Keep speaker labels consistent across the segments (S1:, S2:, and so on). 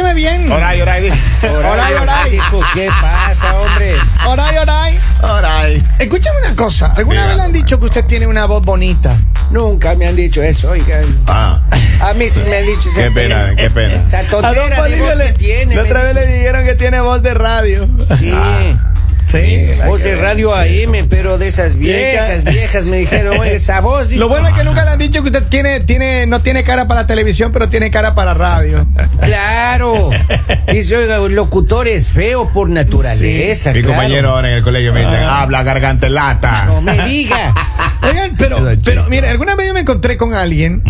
S1: Oray, oray.
S2: Oray, oray.
S3: Hijo, ¿Qué pasa, hombre?
S2: Oray, oray.
S1: Oray.
S2: Escúchame una cosa. ¿Alguna
S1: Diga.
S2: vez le han dicho que usted tiene una voz bonita?
S3: Nunca me han dicho eso, oiga.
S1: Ah,
S3: A mí sí me han dicho
S1: qué
S3: esa-
S1: pena, qué pena.
S3: Esa tontera de voz
S2: Bolivia
S3: que tiene.
S2: la
S3: me
S2: otra vez le
S3: dicen.
S2: dijeron que tiene voz de radio.
S3: Sí.
S1: Ah,
S2: Sí.
S3: Voz de radio AM, pero de esas viejas, viejas me dijeron, oye, esa voz. dice,
S2: Lo bueno es que nunca le han dicho que usted tiene, tiene, no tiene cara para televisión, pero tiene cara para radio.
S3: Claro. Dice, oiga, el locutor es feo por naturaleza.
S1: Mi
S3: claro.
S1: compañero ahora en el colegio me dice,
S2: Ah.
S1: habla garganta en lata.
S3: No me diga.
S2: Oigan, pero,
S1: Esa
S2: pero
S1: chica.
S2: mire, alguna vez yo me encontré con alguien.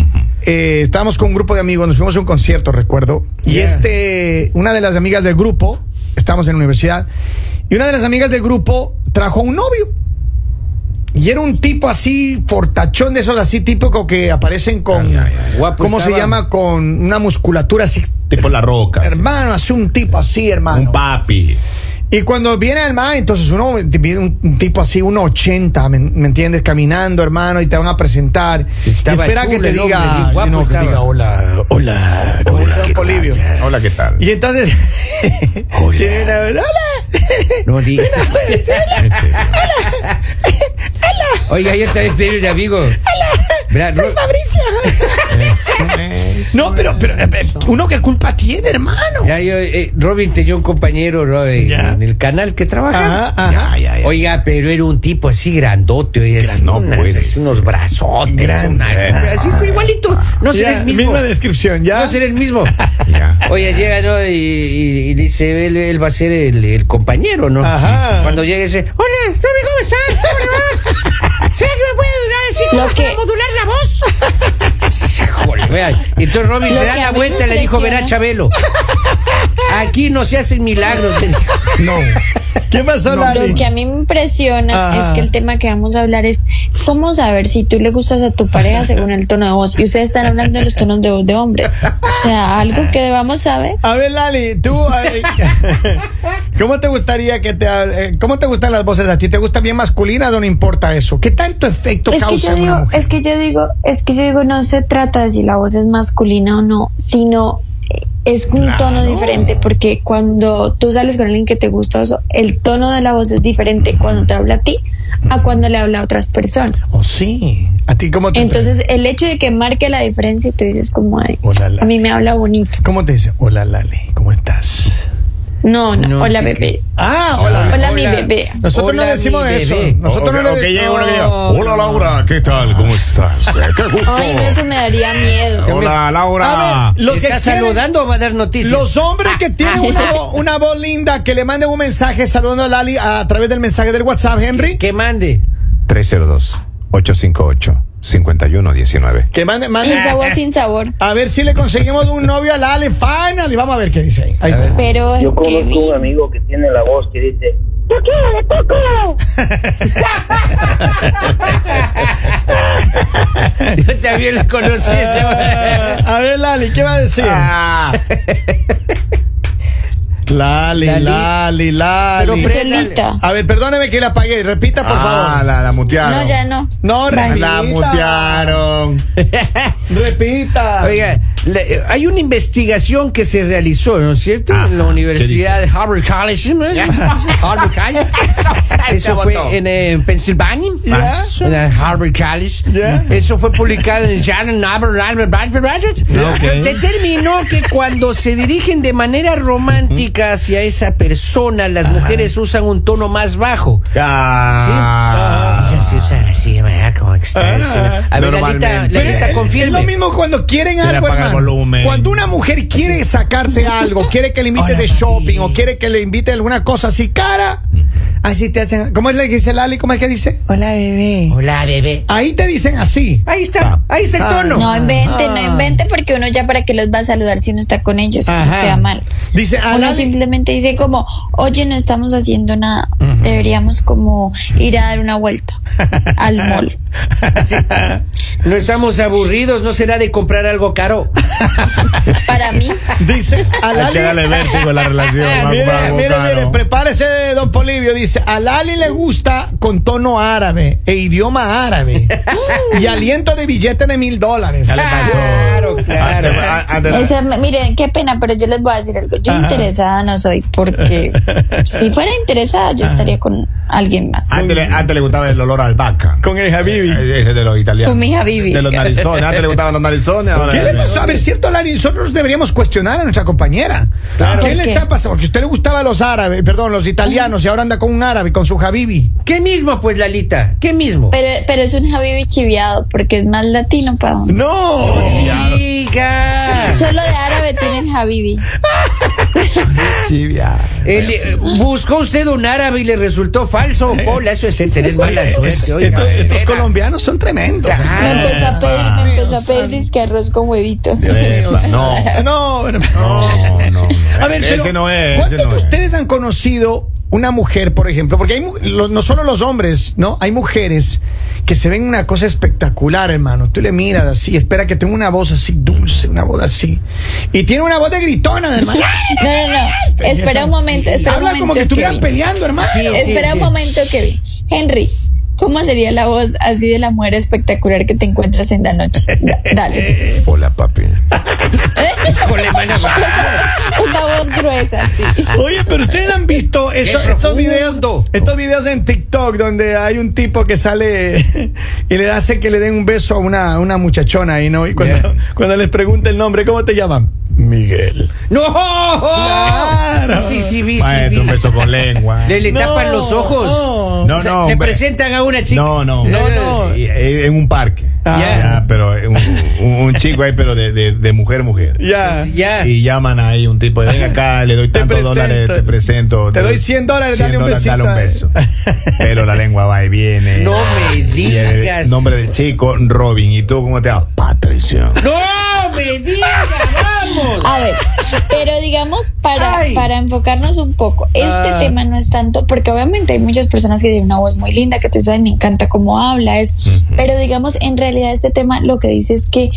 S2: eh, estábamos con un grupo de amigos, nos fuimos a un concierto, recuerdo. Y
S3: Yeah.
S2: este, una de las amigas del grupo, estábamos en la universidad, y una de las amigas del grupo trajo un novio. Y era un tipo así, fortachón de esos, así típico que aparecen con.
S1: Ay, ay, ay.
S3: Guapo
S2: ¿Cómo se
S3: estaba.
S2: llama? Con una musculatura así.
S1: Tipo la roca. así.
S2: Hermano, así un tipo así, hermano.
S1: Un papi.
S2: Y cuando viene el man, entonces uno viene un, un tipo así, 1.80, ¿me, ¿me entiendes? Caminando, hermano, y te van a presentar. Y
S3: Estaba
S2: espera que
S3: chulo
S2: te
S3: el hombre,
S2: diga.
S3: bien guapo
S2: no, que
S3: estaba.
S2: diga,
S4: Hola, hola,
S2: hola,
S4: hola,
S2: San
S4: ¿qué
S2: Polibio.
S4: pasa?
S1: Hola, ¿qué tal?
S2: Y entonces.
S4: Hola.
S2: tiene una vez, ¡Hola!
S3: No diga. Oiga, yo también tenía un amigo. Brad Rock.
S2: No, pero, pero eh, uno qué culpa tiene, hermano.
S3: Ya, yo, eh, Robin tenía un compañero ¿no? en,
S2: Ya. Ah.
S3: en el canal que trabajaba.
S2: Ajá, ajá.
S1: Ay, ay, ay.
S3: Oiga, pero era un tipo así grandote, oye, es
S1: No
S3: unas-
S1: puede
S3: es
S1: ser.
S3: unos brazotes,
S2: Grande.
S3: una- así fue igualito, no será
S2: Ya,
S3: el mismo,
S2: Misma descripción, ya.
S3: no será el mismo.
S1: Ya.
S3: Oye, llega, ¿no? Y, y- y dice, él, él va a ser el, el compañero, ¿no?
S2: Ajá.
S3: Cuando llega dice, hola, Robin, ¿cómo estás? ¿Cómo le va? ¿Será que me puede ayudar así
S5: Lo
S3: como para
S5: que-
S3: modular la voz? Híjole, vea. Y Entonces Robin
S5: Lo
S3: se da
S5: que a
S3: la
S5: mí me
S3: vuelta y le dijo, verá,
S5: impresiona".
S3: Chabelo, aquí no se hacen milagros. le dijo.
S2: No. ¿Qué pasó, Lali?
S5: Lo que a mí me impresiona
S2: Ajá.
S5: es que el tema que vamos a hablar es cómo saber si tú le gustas a tu pareja según el tono de voz. Y ustedes están hablando de los tonos de voz de hombre. O sea, algo que debamos saber.
S2: A ver, Lali, tú. ay, ¿Cómo te gustaría que te. eh, ¿Cómo te gustan las voces a ti? ¿Te gustan bien masculinas o no importa eso? ¿Qué tanto efecto
S5: Es que
S2: causa
S5: yo
S2: en una
S5: digo,
S2: mujer?
S5: es que yo digo, es que yo digo, no se trata de si la voz es masculina o no, sino eh, es un tono diferente porque cuando tú sales con alguien que te gusta, eso, el tono de la voz es diferente cuando te habla a ti a cuando le habla a otras personas.
S2: Oh, sí. ¿A ti cómo te
S5: Entonces, el hecho de que marque la diferencia, tú dices como, ay,
S2: Hola, la-
S5: a mí me habla bonito.
S2: ¿Cómo te dice? Hola, Lali, ¿cómo estás?
S5: No, no,
S3: No,
S5: hola,
S3: que-
S5: bebé.
S2: Ah,
S5: Hola,
S2: hola.
S5: mi bebé.
S2: Nosotros
S3: Hola,
S2: no decimos
S3: mi
S2: eso.
S3: bebé.
S2: Nosotros
S1: O-
S2: no
S1: o
S2: le
S1: que llegue
S2: decimos.
S1: uno que diga,
S3: No,
S1: hola
S3: no.
S1: Laura, ¿qué tal? ¿Cómo estás? Eh, Qué gusto.
S5: Ay, no, eso me daría miedo.
S1: Hola
S2: A
S1: Laura.
S2: ver, lo que
S3: ¿Está
S2: quieren-
S3: saludando o va a dar noticias?
S2: Los hombres que
S5: Ah,
S2: tienen una, vo- una voz linda, que le manden un mensaje saludando a Lali a través del mensaje del WhatsApp, Henry.
S3: Que mande.
S1: 302 858 5119.
S2: Que manden,
S5: Y
S2: manden.
S5: esa voz sin sabor.
S2: A ver si le conseguimos un novio a Lali. Final. Y vamos a ver qué dice ahí. Ahí está.
S5: Pero
S6: Yo conozco
S5: Kevin,
S6: un amigo que tiene la voz que dice, ¡Yo quiero de coco!
S3: Yo también la conocí.
S2: Ah,
S3: esa-
S2: a ver, Lali, ¿qué va a decir?
S1: Ah.
S2: Lali, Lali,
S3: Lali. Pero
S2: Lali.
S3: pre-
S5: solita.
S2: A ver, perdóname que la apagué. Repita, por
S1: Ah,
S2: favor.
S1: la, la mutearon.
S5: No, ya no.
S2: No,
S5: Bye.
S2: Renata.
S1: La mutearon.
S2: Repita.
S3: Oiga, le- eh, hay una investigación que se realizó, ¿no es cierto?
S2: Ah,
S1: Ajá,
S3: en la
S1: ¿qué
S3: Universidad de
S1: dice?
S3: Harvard College. ¿no? Harvard College. Eso
S1: Se votó.
S3: fue en eh, Pensilvania.
S2: Ya.
S3: En la Harvard College.
S2: Ya.
S3: Eso fue publicado en Journal Albert Albert Albert Records.
S2: Ah,
S3: Determinó que cuando se dirigen de manera romántica hacia esa persona,
S2: Ah.
S3: las mujeres usan un tono más bajo.
S1: Ah.
S3: Ya se usan así de manera como que está
S2: Ah.
S3: diciendo. A ver,
S1: Normalmente.
S3: Lalita,
S2: Pero
S3: Lalita,
S2: es-
S3: confirme.
S2: Es lo mismo cuando quieren
S1: Se le
S2: algo,
S1: apaga el
S2: hermano.
S1: volumen.
S2: Cuando una mujer quiere sacarte algo, quiere que le invites
S3: Hola,
S2: de
S3: papi.
S2: shopping o quiere que le invite alguna cosa así cara,
S1: Mm.
S2: así te hacen. ¿Cómo es que dice Lali? ¿Cómo es que dice? Hola, bebé.
S3: Hola, bebé.
S2: Ahí te dicen así.
S3: Ahí
S7: Ah.
S3: está, ahí está el tono.
S5: No invente, no
S2: Ah.
S5: invente, porque uno ya para qué los va a saludar si uno está con ellos.
S2: Ajá. Ah,
S5: Eso queda mal.
S2: Dice, a
S5: Uno
S2: Lali-
S5: simplemente dice como, oye, no estamos haciendo nada. Deberíamos como ir a dar una vuelta al mall.
S3: No estamos aburridos, no será de comprar algo caro.
S5: Para mí,
S2: dice, a
S1: Hay que
S2: Lali.
S1: darle vértigo a la relación.
S2: Mire,
S1: vamos,
S2: mire,
S1: claro.
S2: mire, prepárese, don Polivio. Dice, dice, a Lali le gusta con tono árabe e idioma árabe y aliento de billete de mil dólares.
S3: Claro, claro.
S5: Esa- miren, qué pena, pero yo les voy a decir algo. Yo interesada no soy, porque si fuera interesada, yo estaría con alguien más.
S7: Antes, le- antes le gustaba el olor a albahaca.
S4: Con el Habibi.
S7: Eh, Ese de los italianos.
S5: Con mi Habibi.
S7: De los narizones. Antes le gustaban los narizones. ahora-
S2: ¿Qué le pasó? A ver, cierto, Lali, nosotros deberíamos cuestionar a nuestra compañera. ¿Qué
S5: ¿Por
S2: le
S5: qué?
S2: está pasando? Porque a usted le gustaba los árabes, perdón, los italianos y ahora anda con un árabe, con su Habibi.
S3: ¿Qué mismo, pues, Lalita? ¿Qué mismo?
S5: Pero, pero es un Habibi chiviado, porque es más latino para uno.
S2: ¡No!
S3: Diga.
S5: Solo de árabe tienen Habibi.
S3: El, eh, buscó usted un árabe y le resultó falso.
S7: Eh.
S3: Hola, eso es tener mala suerte. oiga. Eh,
S2: Estos, estos
S3: Pena.
S2: colombianos son tremendos.
S3: Ah.
S5: Me
S7: Ah.
S5: empezó a pedir, me empezó a pedir
S2: santo.
S5: disque arroz con huevito.
S7: No.
S2: No, no.
S7: No, no, no.
S2: A ver,
S7: ese
S2: pero,
S7: no es.
S2: ¿cuántos
S7: ese no
S2: de
S7: es.
S2: ustedes han conocido una mujer, por ejemplo? Porque hay mu- lo- no solo los hombres, ¿no? Hay mujeres que se ven una cosa espectacular, hermano. Tú le miras así, espera que tenga una voz así dulce, una voz así. Y tiene una voz de gritona, hermano.
S5: No, no, no. Espera un momento, espera un
S2: Habla
S5: momento.
S2: como que estuvieran
S5: Kevin.
S2: peleando, hermano.
S3: Sí, sí,
S5: Espera
S3: sí.
S5: un momento, Kevin. Henry, ¿cómo sería la voz así de la mujer espectacular que te encuentras en la noche? Da- dale.
S1: Hola, papi.
S3: Híjole, mana,
S5: Una voz gruesa, sí.
S2: Oye, pero ustedes han visto esto-
S3: Qué
S2: estos videos,
S3: profundo.
S2: estos videos en TikTok donde hay un tipo que sale y le hace que le den un beso a una, una muchachona y no y cuando, cuando les pregunta el nombre, ¿cómo te llaman? Miguel.
S3: ¡No! Sí, sí, sí, vi, sí,
S7: Maestro, un
S3: vi.
S7: beso con lengua.
S3: Le, le tapan los ojos.
S7: No,
S3: O sea,
S7: no,
S3: le
S7: hombre.
S3: presentan a una chica.
S7: No, no. No,
S3: no.
S7: Y- eh, En un parque.
S2: Ah.
S7: Ya, pero eh, un, un- un chico ahí, pero de, de, de mujer, mujer.
S2: Ya.
S3: Ya.
S7: Y llaman ahí un tipo, ven acá, le doy
S2: Te
S7: tantos
S2: presento.
S7: dólares, te presento.
S2: Te doy 100 dólares, dale un besito.
S7: beso. Pero la lengua va y viene.
S3: No me
S7: Y el
S3: digas.
S7: nombre del chico, Robin. ¿Y tú cómo te llamas? Patricio.
S3: ¡No me diga! ¡Vamos!
S5: A ver, pero digamos, para,
S3: Ay.
S5: para enfocarnos un poco, este
S2: Ah.
S5: tema no es tanto, porque obviamente hay muchas personas que tienen una voz muy linda, que tú sabes, me encanta cómo habla, es, pero digamos, en realidad este tema lo que dice es que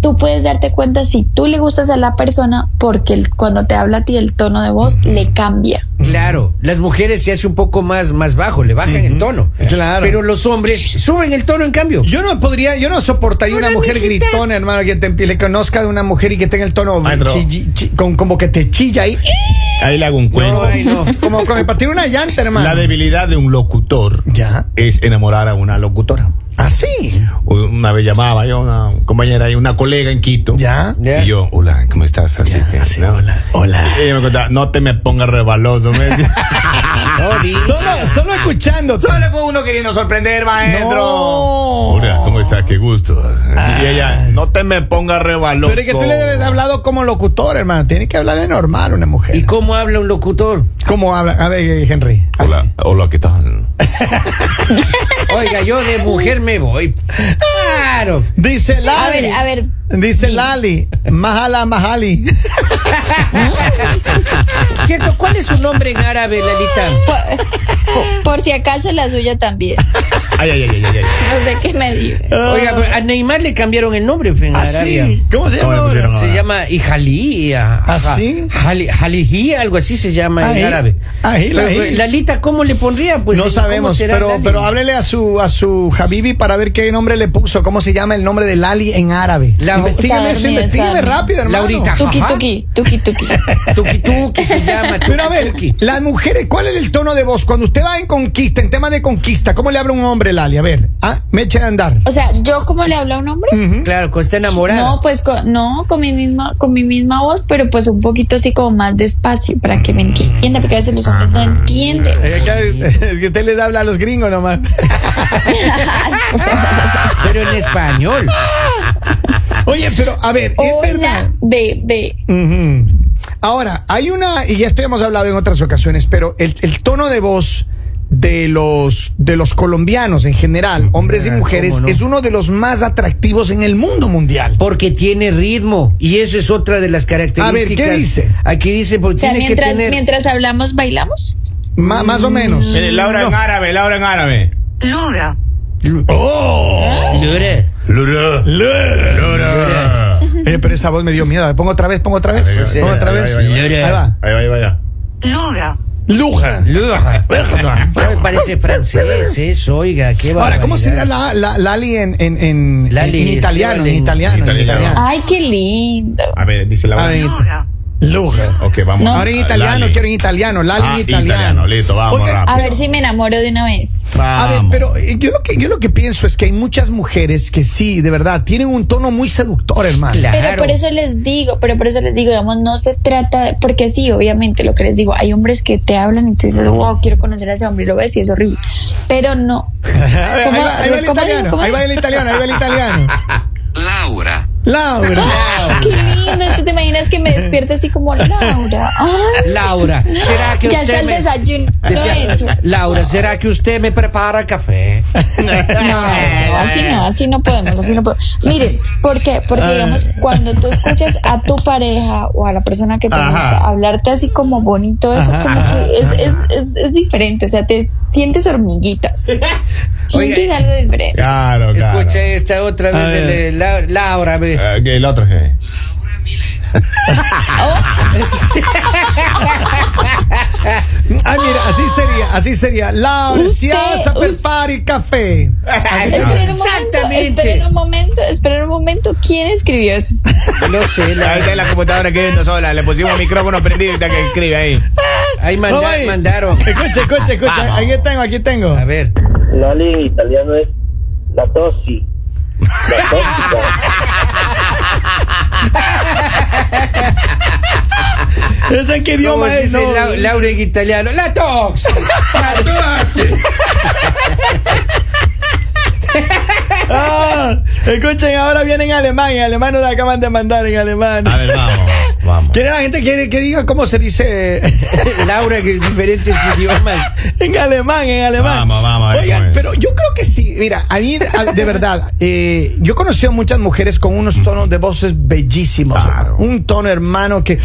S5: tú puedes darte cuenta si tú le gustas a la persona, porque el- cuando te habla a ti el tono de voz le cambia.
S3: Claro, las mujeres se hace un poco más, más bajo, le bajan el tono.
S2: Claro.
S3: Pero los hombres suben el tono en cambio.
S2: Yo no podría, yo no soportaría una
S3: Hola,
S2: mujer
S3: mijita.
S2: gritona, hermano, que te, le conozca de una mujer y que tenga el tono
S7: Maestro.
S2: chilli- chi- con, como que te chilla ahí.
S7: Ahí le hago un
S3: No,
S7: cuento.
S3: ay, no.
S2: Como, como partir una llanta, hermano.
S7: La debilidad de un locutor
S2: Ya.
S7: es enamorar a una locutora.
S2: Así.
S7: Una vez llamaba yo a una compañera y una colega en Quito.
S2: Ya.
S3: Ya.
S1: Y yo, hola, ¿cómo estás? Así que, ¿no?
S7: Y ella me contaba, no te me pongas rebaloso. me decía.
S3: No, di-
S2: Solo, solo escuchando.
S7: Solo con uno queriendo sorprender, maestro.
S2: No.
S7: Hola, ¿cómo estás? Qué gusto. Y ella, no te me pongas rebaloso.
S2: Ah. Pero es que tú le debes de hablado como locutor, hermano. Tienes que hablarle normal a una mujer.
S3: ¿Y cómo habla un locutor?
S2: ¿Cómo habla? A ver, eh, Henry.
S1: Hola, hola, ¿qué tal?
S3: Oiga, yo de mujer me voy. Claro.
S2: Dice
S5: A
S2: Lali.
S5: ver, a ver,
S2: Dice Lali. Mahala Mahali.
S3: Cierto, ¿cuál es su nombre en árabe, Lalita?
S5: por, por- por si acaso la suya también.
S7: Ay, ay, ay, ay, ay. ay.
S5: No sé qué me diga.
S3: Oiga, pero a Neymar le cambiaron el nombre en Arabia.
S2: Así. Ah. ¿Cómo se
S7: ¿Cómo le
S2: llama? ahora?
S7: pusieron ahora?
S3: Se llama Ijalí. a-
S2: ¿Ah,
S3: a-
S2: sí?
S3: Jali- Jalijí, algo así se llama
S2: Ahí.
S3: en árabe.
S2: Ahí,
S3: Pero,
S2: ahí.
S3: pero, Lalita, ¿cómo le pondría? Pues,
S2: no
S3: ¿cómo
S2: sabemos,
S3: será
S2: pero,
S3: Lali?
S2: pero háblele a su a su Habibi para ver qué nombre le puso, cómo se llama el nombre de Lali en árabe.
S3: La-
S2: investígueme
S5: Está
S2: eso,
S5: dormido, está
S2: investígueme
S5: dormido.
S2: rápido, hermano.
S3: Laurita.
S5: Tuki,
S3: Ajá.
S5: tuki, tuki, tuki.
S3: Tuki Tuki se llama.
S2: Pero a
S3: tuki
S2: ver,
S3: tuki.
S2: las mujeres, ¿cuál es el tono de voz? Cuando usted va en conquista, en tema de conquista, ¿cómo le habla un hombre, Lali? A ver, ah, me echen a andar.
S5: O sea, ¿yo cómo le hablo a un hombre?
S3: Claro, cuando está enamorada.
S5: No, pues con, no, con mi misma, con mi misma voz, pero pues un poquito así como más despacio para que me
S2: Mm.
S5: entienda, porque a veces los hombres no entienden.
S2: Es que, es que usted les habla a los gringos nomás.
S5: pues.
S3: Pero en español.
S2: Oye, pero a ver, es verdad.
S5: Hola, bebé.
S2: Ujú. Ahora, hay una, y ya esto ya hemos hablado en otras ocasiones, pero el, el tono de voz de los de los colombianos en general, hombres y mujeres,
S3: no?
S2: es uno de los más atractivos en el mundo mundial.
S3: Porque tiene ritmo. Y eso es otra de las características.
S2: dice?
S3: Aquí dice porque
S5: O sea,
S3: tiene
S5: mientras,
S3: que tener.
S5: mientras hablamos, bailamos.
S2: Ma- más o menos.
S7: Mire, Laura en árabe, Laura en árabe. ¿Eh?
S8: Lura.
S2: Oh.
S3: Lure.
S7: Lura. Lura.
S2: Eh, pero esa voz me dio miedo. A ver, Pongo otra vez, pongo otra vez.
S7: Ahí va,
S2: Pongo
S7: ahí
S2: otra
S7: va,
S2: vez.
S7: ahí va, ahí
S2: Ahí va.
S7: Ahí va, ahí va, ahí va.
S8: Lura.
S2: Luja.
S3: Luja. No me parece francés eso, oiga, qué
S2: Ahora, ¿cómo
S3: barbaridad.
S2: será la, la, Lali en, en, en,
S3: Lali
S2: en
S3: es
S2: italiano? En
S3: Lali.
S2: italiano, Ah, en
S7: Italiano.
S2: italiano. Ah,
S5: Ay, qué lindo.
S7: A ver, dice la
S2: A ver,
S7: Luja. Ok, vamos.
S2: Ahora en
S7: Ah,
S2: italiano,
S7: Lali.
S2: quiero en italiano, Lali
S7: Ah,
S2: en italiano.
S7: listo, vamos,
S2: Oiga,
S5: A
S7: rápido.
S5: ver si me enamoro de una vez.
S2: A ver,
S7: Vamos.
S2: pero eh, yo lo, que, yo lo que pienso es que hay muchas mujeres que sí, de verdad, tienen un tono muy seductor, hermano.
S3: Claro.
S5: Pero por eso les digo, pero por eso les digo, digamos, no se trata, de- porque sí, obviamente, lo que les digo, hay hombres que te hablan y tú dices, wow, quiero conocer a ese hombre y lo ves y es horrible. Pero no.
S2: A ver, ahí,
S5: ¿Cómo-
S2: va, ahí va el
S5: cómo digo?
S2: italiano,
S5: ¿Cómo
S2: ahí
S5: digo?
S2: va el italiano, ahí va el italiano.
S8: Laura,
S2: Laura.
S5: ¡Ah, ¡Qué lindo! ¿Tú te imaginas que me despierte así como Laura? Ay,
S3: Laura, ¿será que
S5: ya
S3: usted
S5: está el
S3: me-
S5: desayuno
S3: Decía,
S5: hecho.
S3: Laura, ¿será que usted me prepara café?
S5: No, así no, así no podemos, así no podemos. Miren, ¿por qué? Porque digamos, cuando tú escuchas a tu pareja o a la persona que te
S7: Ajá.
S5: gusta hablarte así como bonito, eso como que es, es, es, es diferente, o sea, te sientes hormiguitas, sientes
S3: Oiga,
S5: algo diferente.
S7: Claro, claro.
S3: Escucha esta otra vez,
S7: ver.
S3: el, eh, la- Laura. me-
S7: Eh, que el otro que.
S3: Ah,
S5: Oh,
S2: Ay, Ah, mira, así sería, así sería. Laura, si alza per fare il caffè. Así
S3: Usted-
S2: sería.
S5: Esperen un momento,
S3: Exactamente.
S5: esperen un momento, esperen un momento, ¿quién escribió eso?
S3: No sé,
S7: Ahí
S3: la,
S7: está la computadora escribiendo sola. Le pusimos el micrófono prendido y está que escribe ahí.
S3: ahí manda-
S2: Vamos ahí.
S3: mandaron.
S2: Escucha, escucha, escucha. Aquí tengo, aquí tengo.
S3: A ver.
S6: Lali en italiano es la tosi. La tóxica.
S2: ¿Esa en qué
S3: ¿Cómo
S2: idioma
S3: se
S2: es?
S3: dice
S2: No.
S3: Lau- Laura en italiano? ¡La tox!
S2: Ah, escuchen, ahora viene en alemán. En alemán nos la acaban de mandar en alemán.
S7: A ver, vamos. Vamos.
S2: ¿Quiere la gente que, que diga cómo se dice
S3: Laura que en diferentes idiomas.
S2: en alemán, en alemán?
S7: Vamos, vamos, a ver
S2: Oigan,
S7: cómo es.
S2: pero yo creo que sí. Mira, a mí, a- de verdad, eh, yo conocí a muchas mujeres con unos tonos de voces bellísimos.
S7: Claro.
S2: Un tono, hermano, que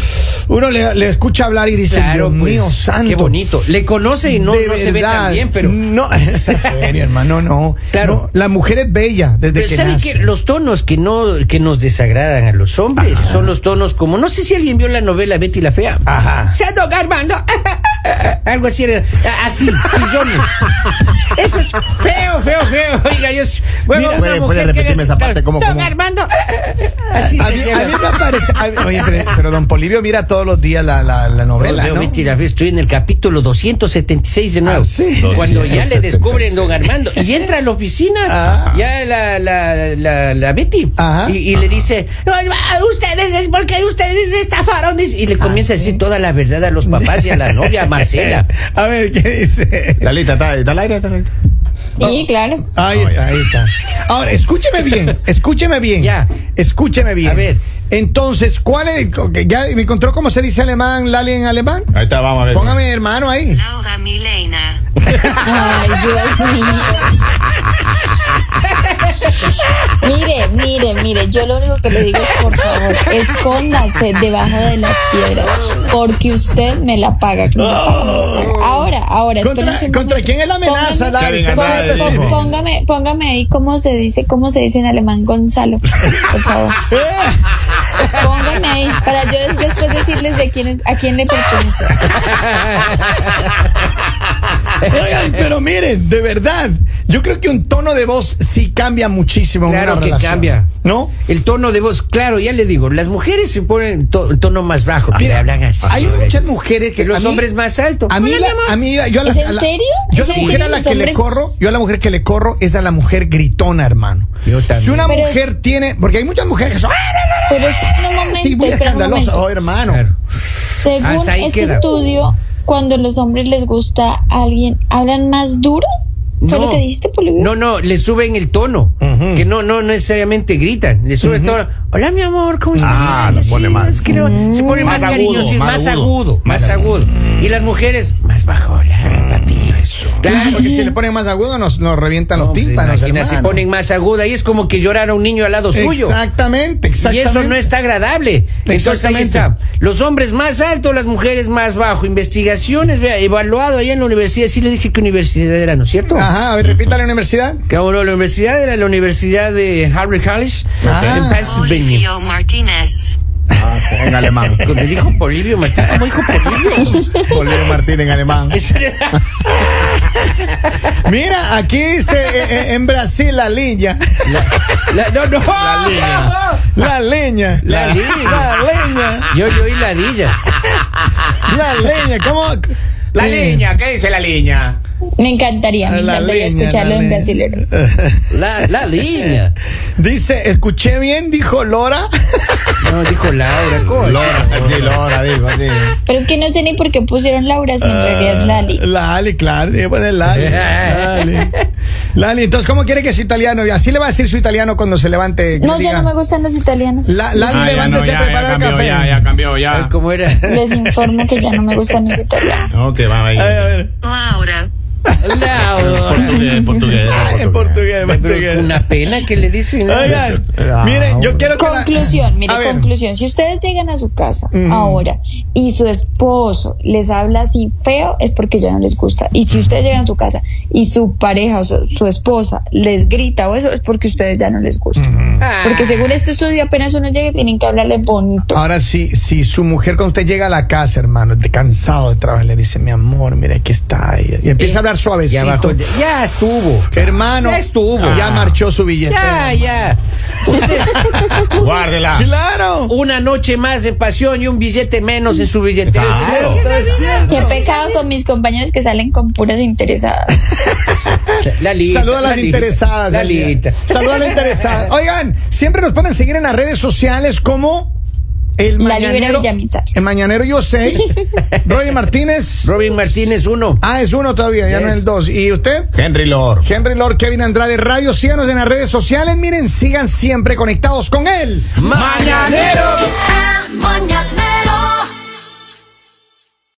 S2: uno le, le escucha hablar y dice,
S3: Claro,
S2: Dios
S3: pues,
S2: mío, santo.
S3: Qué bonito. Le conoce y no,
S2: De
S3: no se ve
S2: verdad.
S3: tan bien, pero.
S2: No, es en serio, hermano, no.
S3: Claro.
S2: No, la mujer es bella desde
S3: Pero
S2: que
S3: ¿saben
S2: nace.
S3: qué? Los tonos que no que nos desagradan a los hombres son los tonos como no sé si alguien vio la novela Betty la fea.
S2: Ajá.
S3: Se ando garbando. Algo así era. Ah, Así, chillones. Eso es feo, feo, feo. Oiga, yo s- bueno,
S7: Mira,
S3: una
S7: puede-
S3: mujer
S7: puede
S3: que
S7: repetirme
S3: haga
S7: esa
S3: así,
S7: parte,
S3: claro,
S7: ¿cómo,
S3: Don
S7: cómo?
S3: Armando. Así
S2: A
S3: se
S2: mí,
S3: hacía.
S2: a mí me parece. a- oye, pero, pero don Polivio mira todos los días la, la, la novela.
S3: Pues Veo
S2: ¿no?
S3: Betty la Fea, estoy en el capítulo 276 de nuevo.
S2: Ah, sí.
S3: Cuando ya le
S7: 276.
S3: descubren don Armando y entra a la oficina,
S2: Ajá.
S3: ya la, la, la, la Betty,
S2: Ah. Ajá.
S3: y, y le dice, "Ah, ustedes, es porque ustedes estafaron, dice,
S2: Ah,
S3: y le comienza a decir toda la verdad a los papás y a la novia, a Marcela.
S2: A ver, ¿qué dice?
S7: La lista está, está al aire, está al aire.
S3: Oh.
S5: Sí, claro.
S2: Ahí
S7: No,
S2: está,
S7: ya.
S2: ahí está. Ahora, escúcheme bien, escúcheme bien.
S3: Ya.
S2: Escúcheme bien.
S3: A ver.
S2: Entonces, ¿cuál es? ok, Ya me encontró cómo se dice alemán, Lali en alemán.
S7: Ahí está, vamos a ver.
S2: Póngame hermano ahí.
S8: Laura Milena.
S5: Ay, Dios mío. Mire, mire, mire, yo lo único que le digo es por favor, escóndase debajo de las piedras, porque usted me la paga. que me la paga. Ahora, ahora,
S2: ¿Contra-
S5: espérense un
S2: contra
S5: momento.
S2: quién es la amenaza,
S5: Póngame-
S2: Lali?
S7: Se acaba de
S5: póngame,
S7: decir.
S5: pó- póngame, póngame ahí cómo se dice, cómo se dice en alemán Gonzalo, por favor.
S2: Eh.
S5: Póngame ahí, para yo des- después decirles de quién es- a quién le pertenece.
S2: Oigan, pero miren, de verdad, yo creo que un tono de voz sí cambia muchísimo. en
S3: Claro
S2: una
S3: que
S2: relación,
S3: cambia.
S2: ¿No?
S3: El tono de voz, claro, ya le digo, las mujeres se ponen to- tono más bajo, pero
S2: Mira,
S3: Ah, hablan así.
S2: Hay
S3: ¿verdad?
S2: muchas mujeres que
S3: Que los
S2: a mí-
S3: hombres más altos.
S2: A mí, la- a mí la- yo a la,
S5: ¿Es en
S2: a la-
S5: serio?
S2: Yo a
S5: ¿Es
S2: la
S5: en
S2: mujer
S5: serio
S2: a la
S5: los
S2: que le
S5: hombres?
S2: corro, yo a la mujer que le corro es a la mujer gritona, hermano.
S3: Yo también.
S2: Si una
S5: Pero-
S2: mujer tiene, porque hay muchas mujeres que son "Ah,
S5: Pero espera un momento,
S2: sí, muy
S5: espera un
S2: escandalosas,
S5: momento.
S2: oh hermano.
S3: Claro.
S5: Según
S3: Hasta ahí
S5: este
S3: queda.
S5: estudio, cuando los hombres les gusta a alguien, ¿hablan más duro? ¿Fue lo que dijiste, Polivio?
S3: No, no, le suben el tono.
S2: Ujú.
S3: Que no, no necesariamente gritan. Le suben el tono. Hola, mi amor, ¿cómo estás?
S7: Ah, lo pone
S3: Sí,
S7: más.
S3: es que lo- se pone
S7: Más
S3: más,
S7: agudo,
S3: cariñoso, y
S7: más
S3: más
S7: agudo.
S3: agudo, más agudo. Y las mujeres, más bajo. Hola, papito, eso.
S2: Claro, porque si le ponen más agudo nos, nos revientan los tímpanos.
S3: se
S2: hermano.
S3: ponen más aguda y es como que llorar a un niño al lado suyo.
S2: Exactamente,
S3: Y
S2: exactamente.
S3: eso no está agradable. Entonces ahí
S2: Exactamente.
S3: está. Los hombres más altos, las mujeres más bajo. Investigaciones, vea, evaluado allá en la universidad. Sí le dije que universidad era, ¿no es cierto?
S2: Ajá, a ver, repita la universidad.
S3: Que bueno, la universidad era la Universidad de Harvard College
S2: Ah.
S3: en Pennsylvania.
S8: Olivio Martínez.
S7: en alemán.
S3: Cuando dijo Polibio Martín, ¿cómo dijo Polibio?
S7: Bolívar Martín en alemán.
S3: Eso era-
S2: Mira, aquí dice eh, eh, en Brasil la leña.
S3: La- no, no. La línea.
S2: La leña.
S3: La
S2: La
S3: línea.
S2: leña.
S3: Yo yo oí la dilla.
S2: La leña. ¿Cómo?
S7: La
S2: Eh,
S7: niña, ¿qué dice la niña?
S5: Me encantaría, me
S2: la
S5: encantaría
S2: leña,
S5: escucharlo
S2: la
S5: en
S2: leña.
S5: brasilero.
S3: La, la línea.
S2: Dice, escuché bien, dijo Lora.
S3: No, dijo Laura. ¿cómo así?
S7: Lora, sí, Lora, dijo así.
S5: Pero es que no sé ni por qué pusieron Laura si en realidad es Lali.
S2: La Ali, claro. eh, bueno, Lali. Lali. Lali, entonces, ¿cómo quiere que su italiano? Y así le va a decir su italiano cuando se levante. que
S5: No,
S2: le
S5: ya
S2: diga,
S5: no me gustan los italianos.
S2: La- Lali,
S7: Ah, ya, no,
S2: levántese,
S7: ya,
S2: prepara
S7: ya
S2: el
S7: cambió,
S2: café.
S7: ya, ya cambió, ya.
S3: Ay, ¿Cómo era?
S5: Les informo que ya no me gustan los italianos.
S7: No, que va a
S2: A ver, a ver.
S8: Laura,
S3: Laura.
S7: Portugués, portugués.
S2: En portugués, en
S3: Pero con
S2: portugués.
S3: Una pena que le dicen. ¿no?
S2: Oigan, miren, yo quiero que la-
S5: Conclusión, mire,
S2: A ver.
S5: conclusión. Si ustedes llegan a su casa
S2: Ujú.
S5: ahora y su esposo les habla así feo, es porque ya no les gusta. Y si ustedes llegan a su casa y su pareja o su, su esposa les grita o eso, es porque ustedes ya no les gusta.
S3: Ah.
S5: Porque según este estudio, apenas uno llega, tienen que hablarle bonito.
S2: Ahora sí, si su mujer cuando usted llega a la casa, hermano, de cansado de trabajar, le dice, mi amor, mira, aquí está. ella", Y empieza
S3: Eh,
S2: a hablar
S3: Ya, bajó,
S2: suavecito.
S3: ya, ya estuvo.
S2: Hermano,
S3: Ya estuvo.
S2: Ya marchó su billete.
S3: Ya, ya.
S7: Guárdela.
S2: Claro.
S3: Una noche más de pasión y un billete menos en su billetera.
S7: Claro.
S3: Así es la
S5: Qué
S3: vida.
S5: pecado con mis compañeros que salen con puras interesadas.
S3: Lalita,
S2: Saluda a las
S3: Lalita,
S2: interesadas.
S3: Lalita.
S2: Saluda a las interesadas. Oigan, siempre nos pueden seguir en las redes sociales como el
S5: La Libera
S2: mañanero.
S5: Villamizar.
S2: El mañanero yo sé. Roy Martínez.
S3: Robin Martínez, uno.
S2: Ah, es uno todavía, ya no es
S3: Yes.
S2: el dos. ¿Y usted?
S7: Henry Lord.
S2: Henry Lord, Kevin Andrade Radio, síganos en las redes sociales, miren, sigan siempre conectados con él.
S3: Mañanero.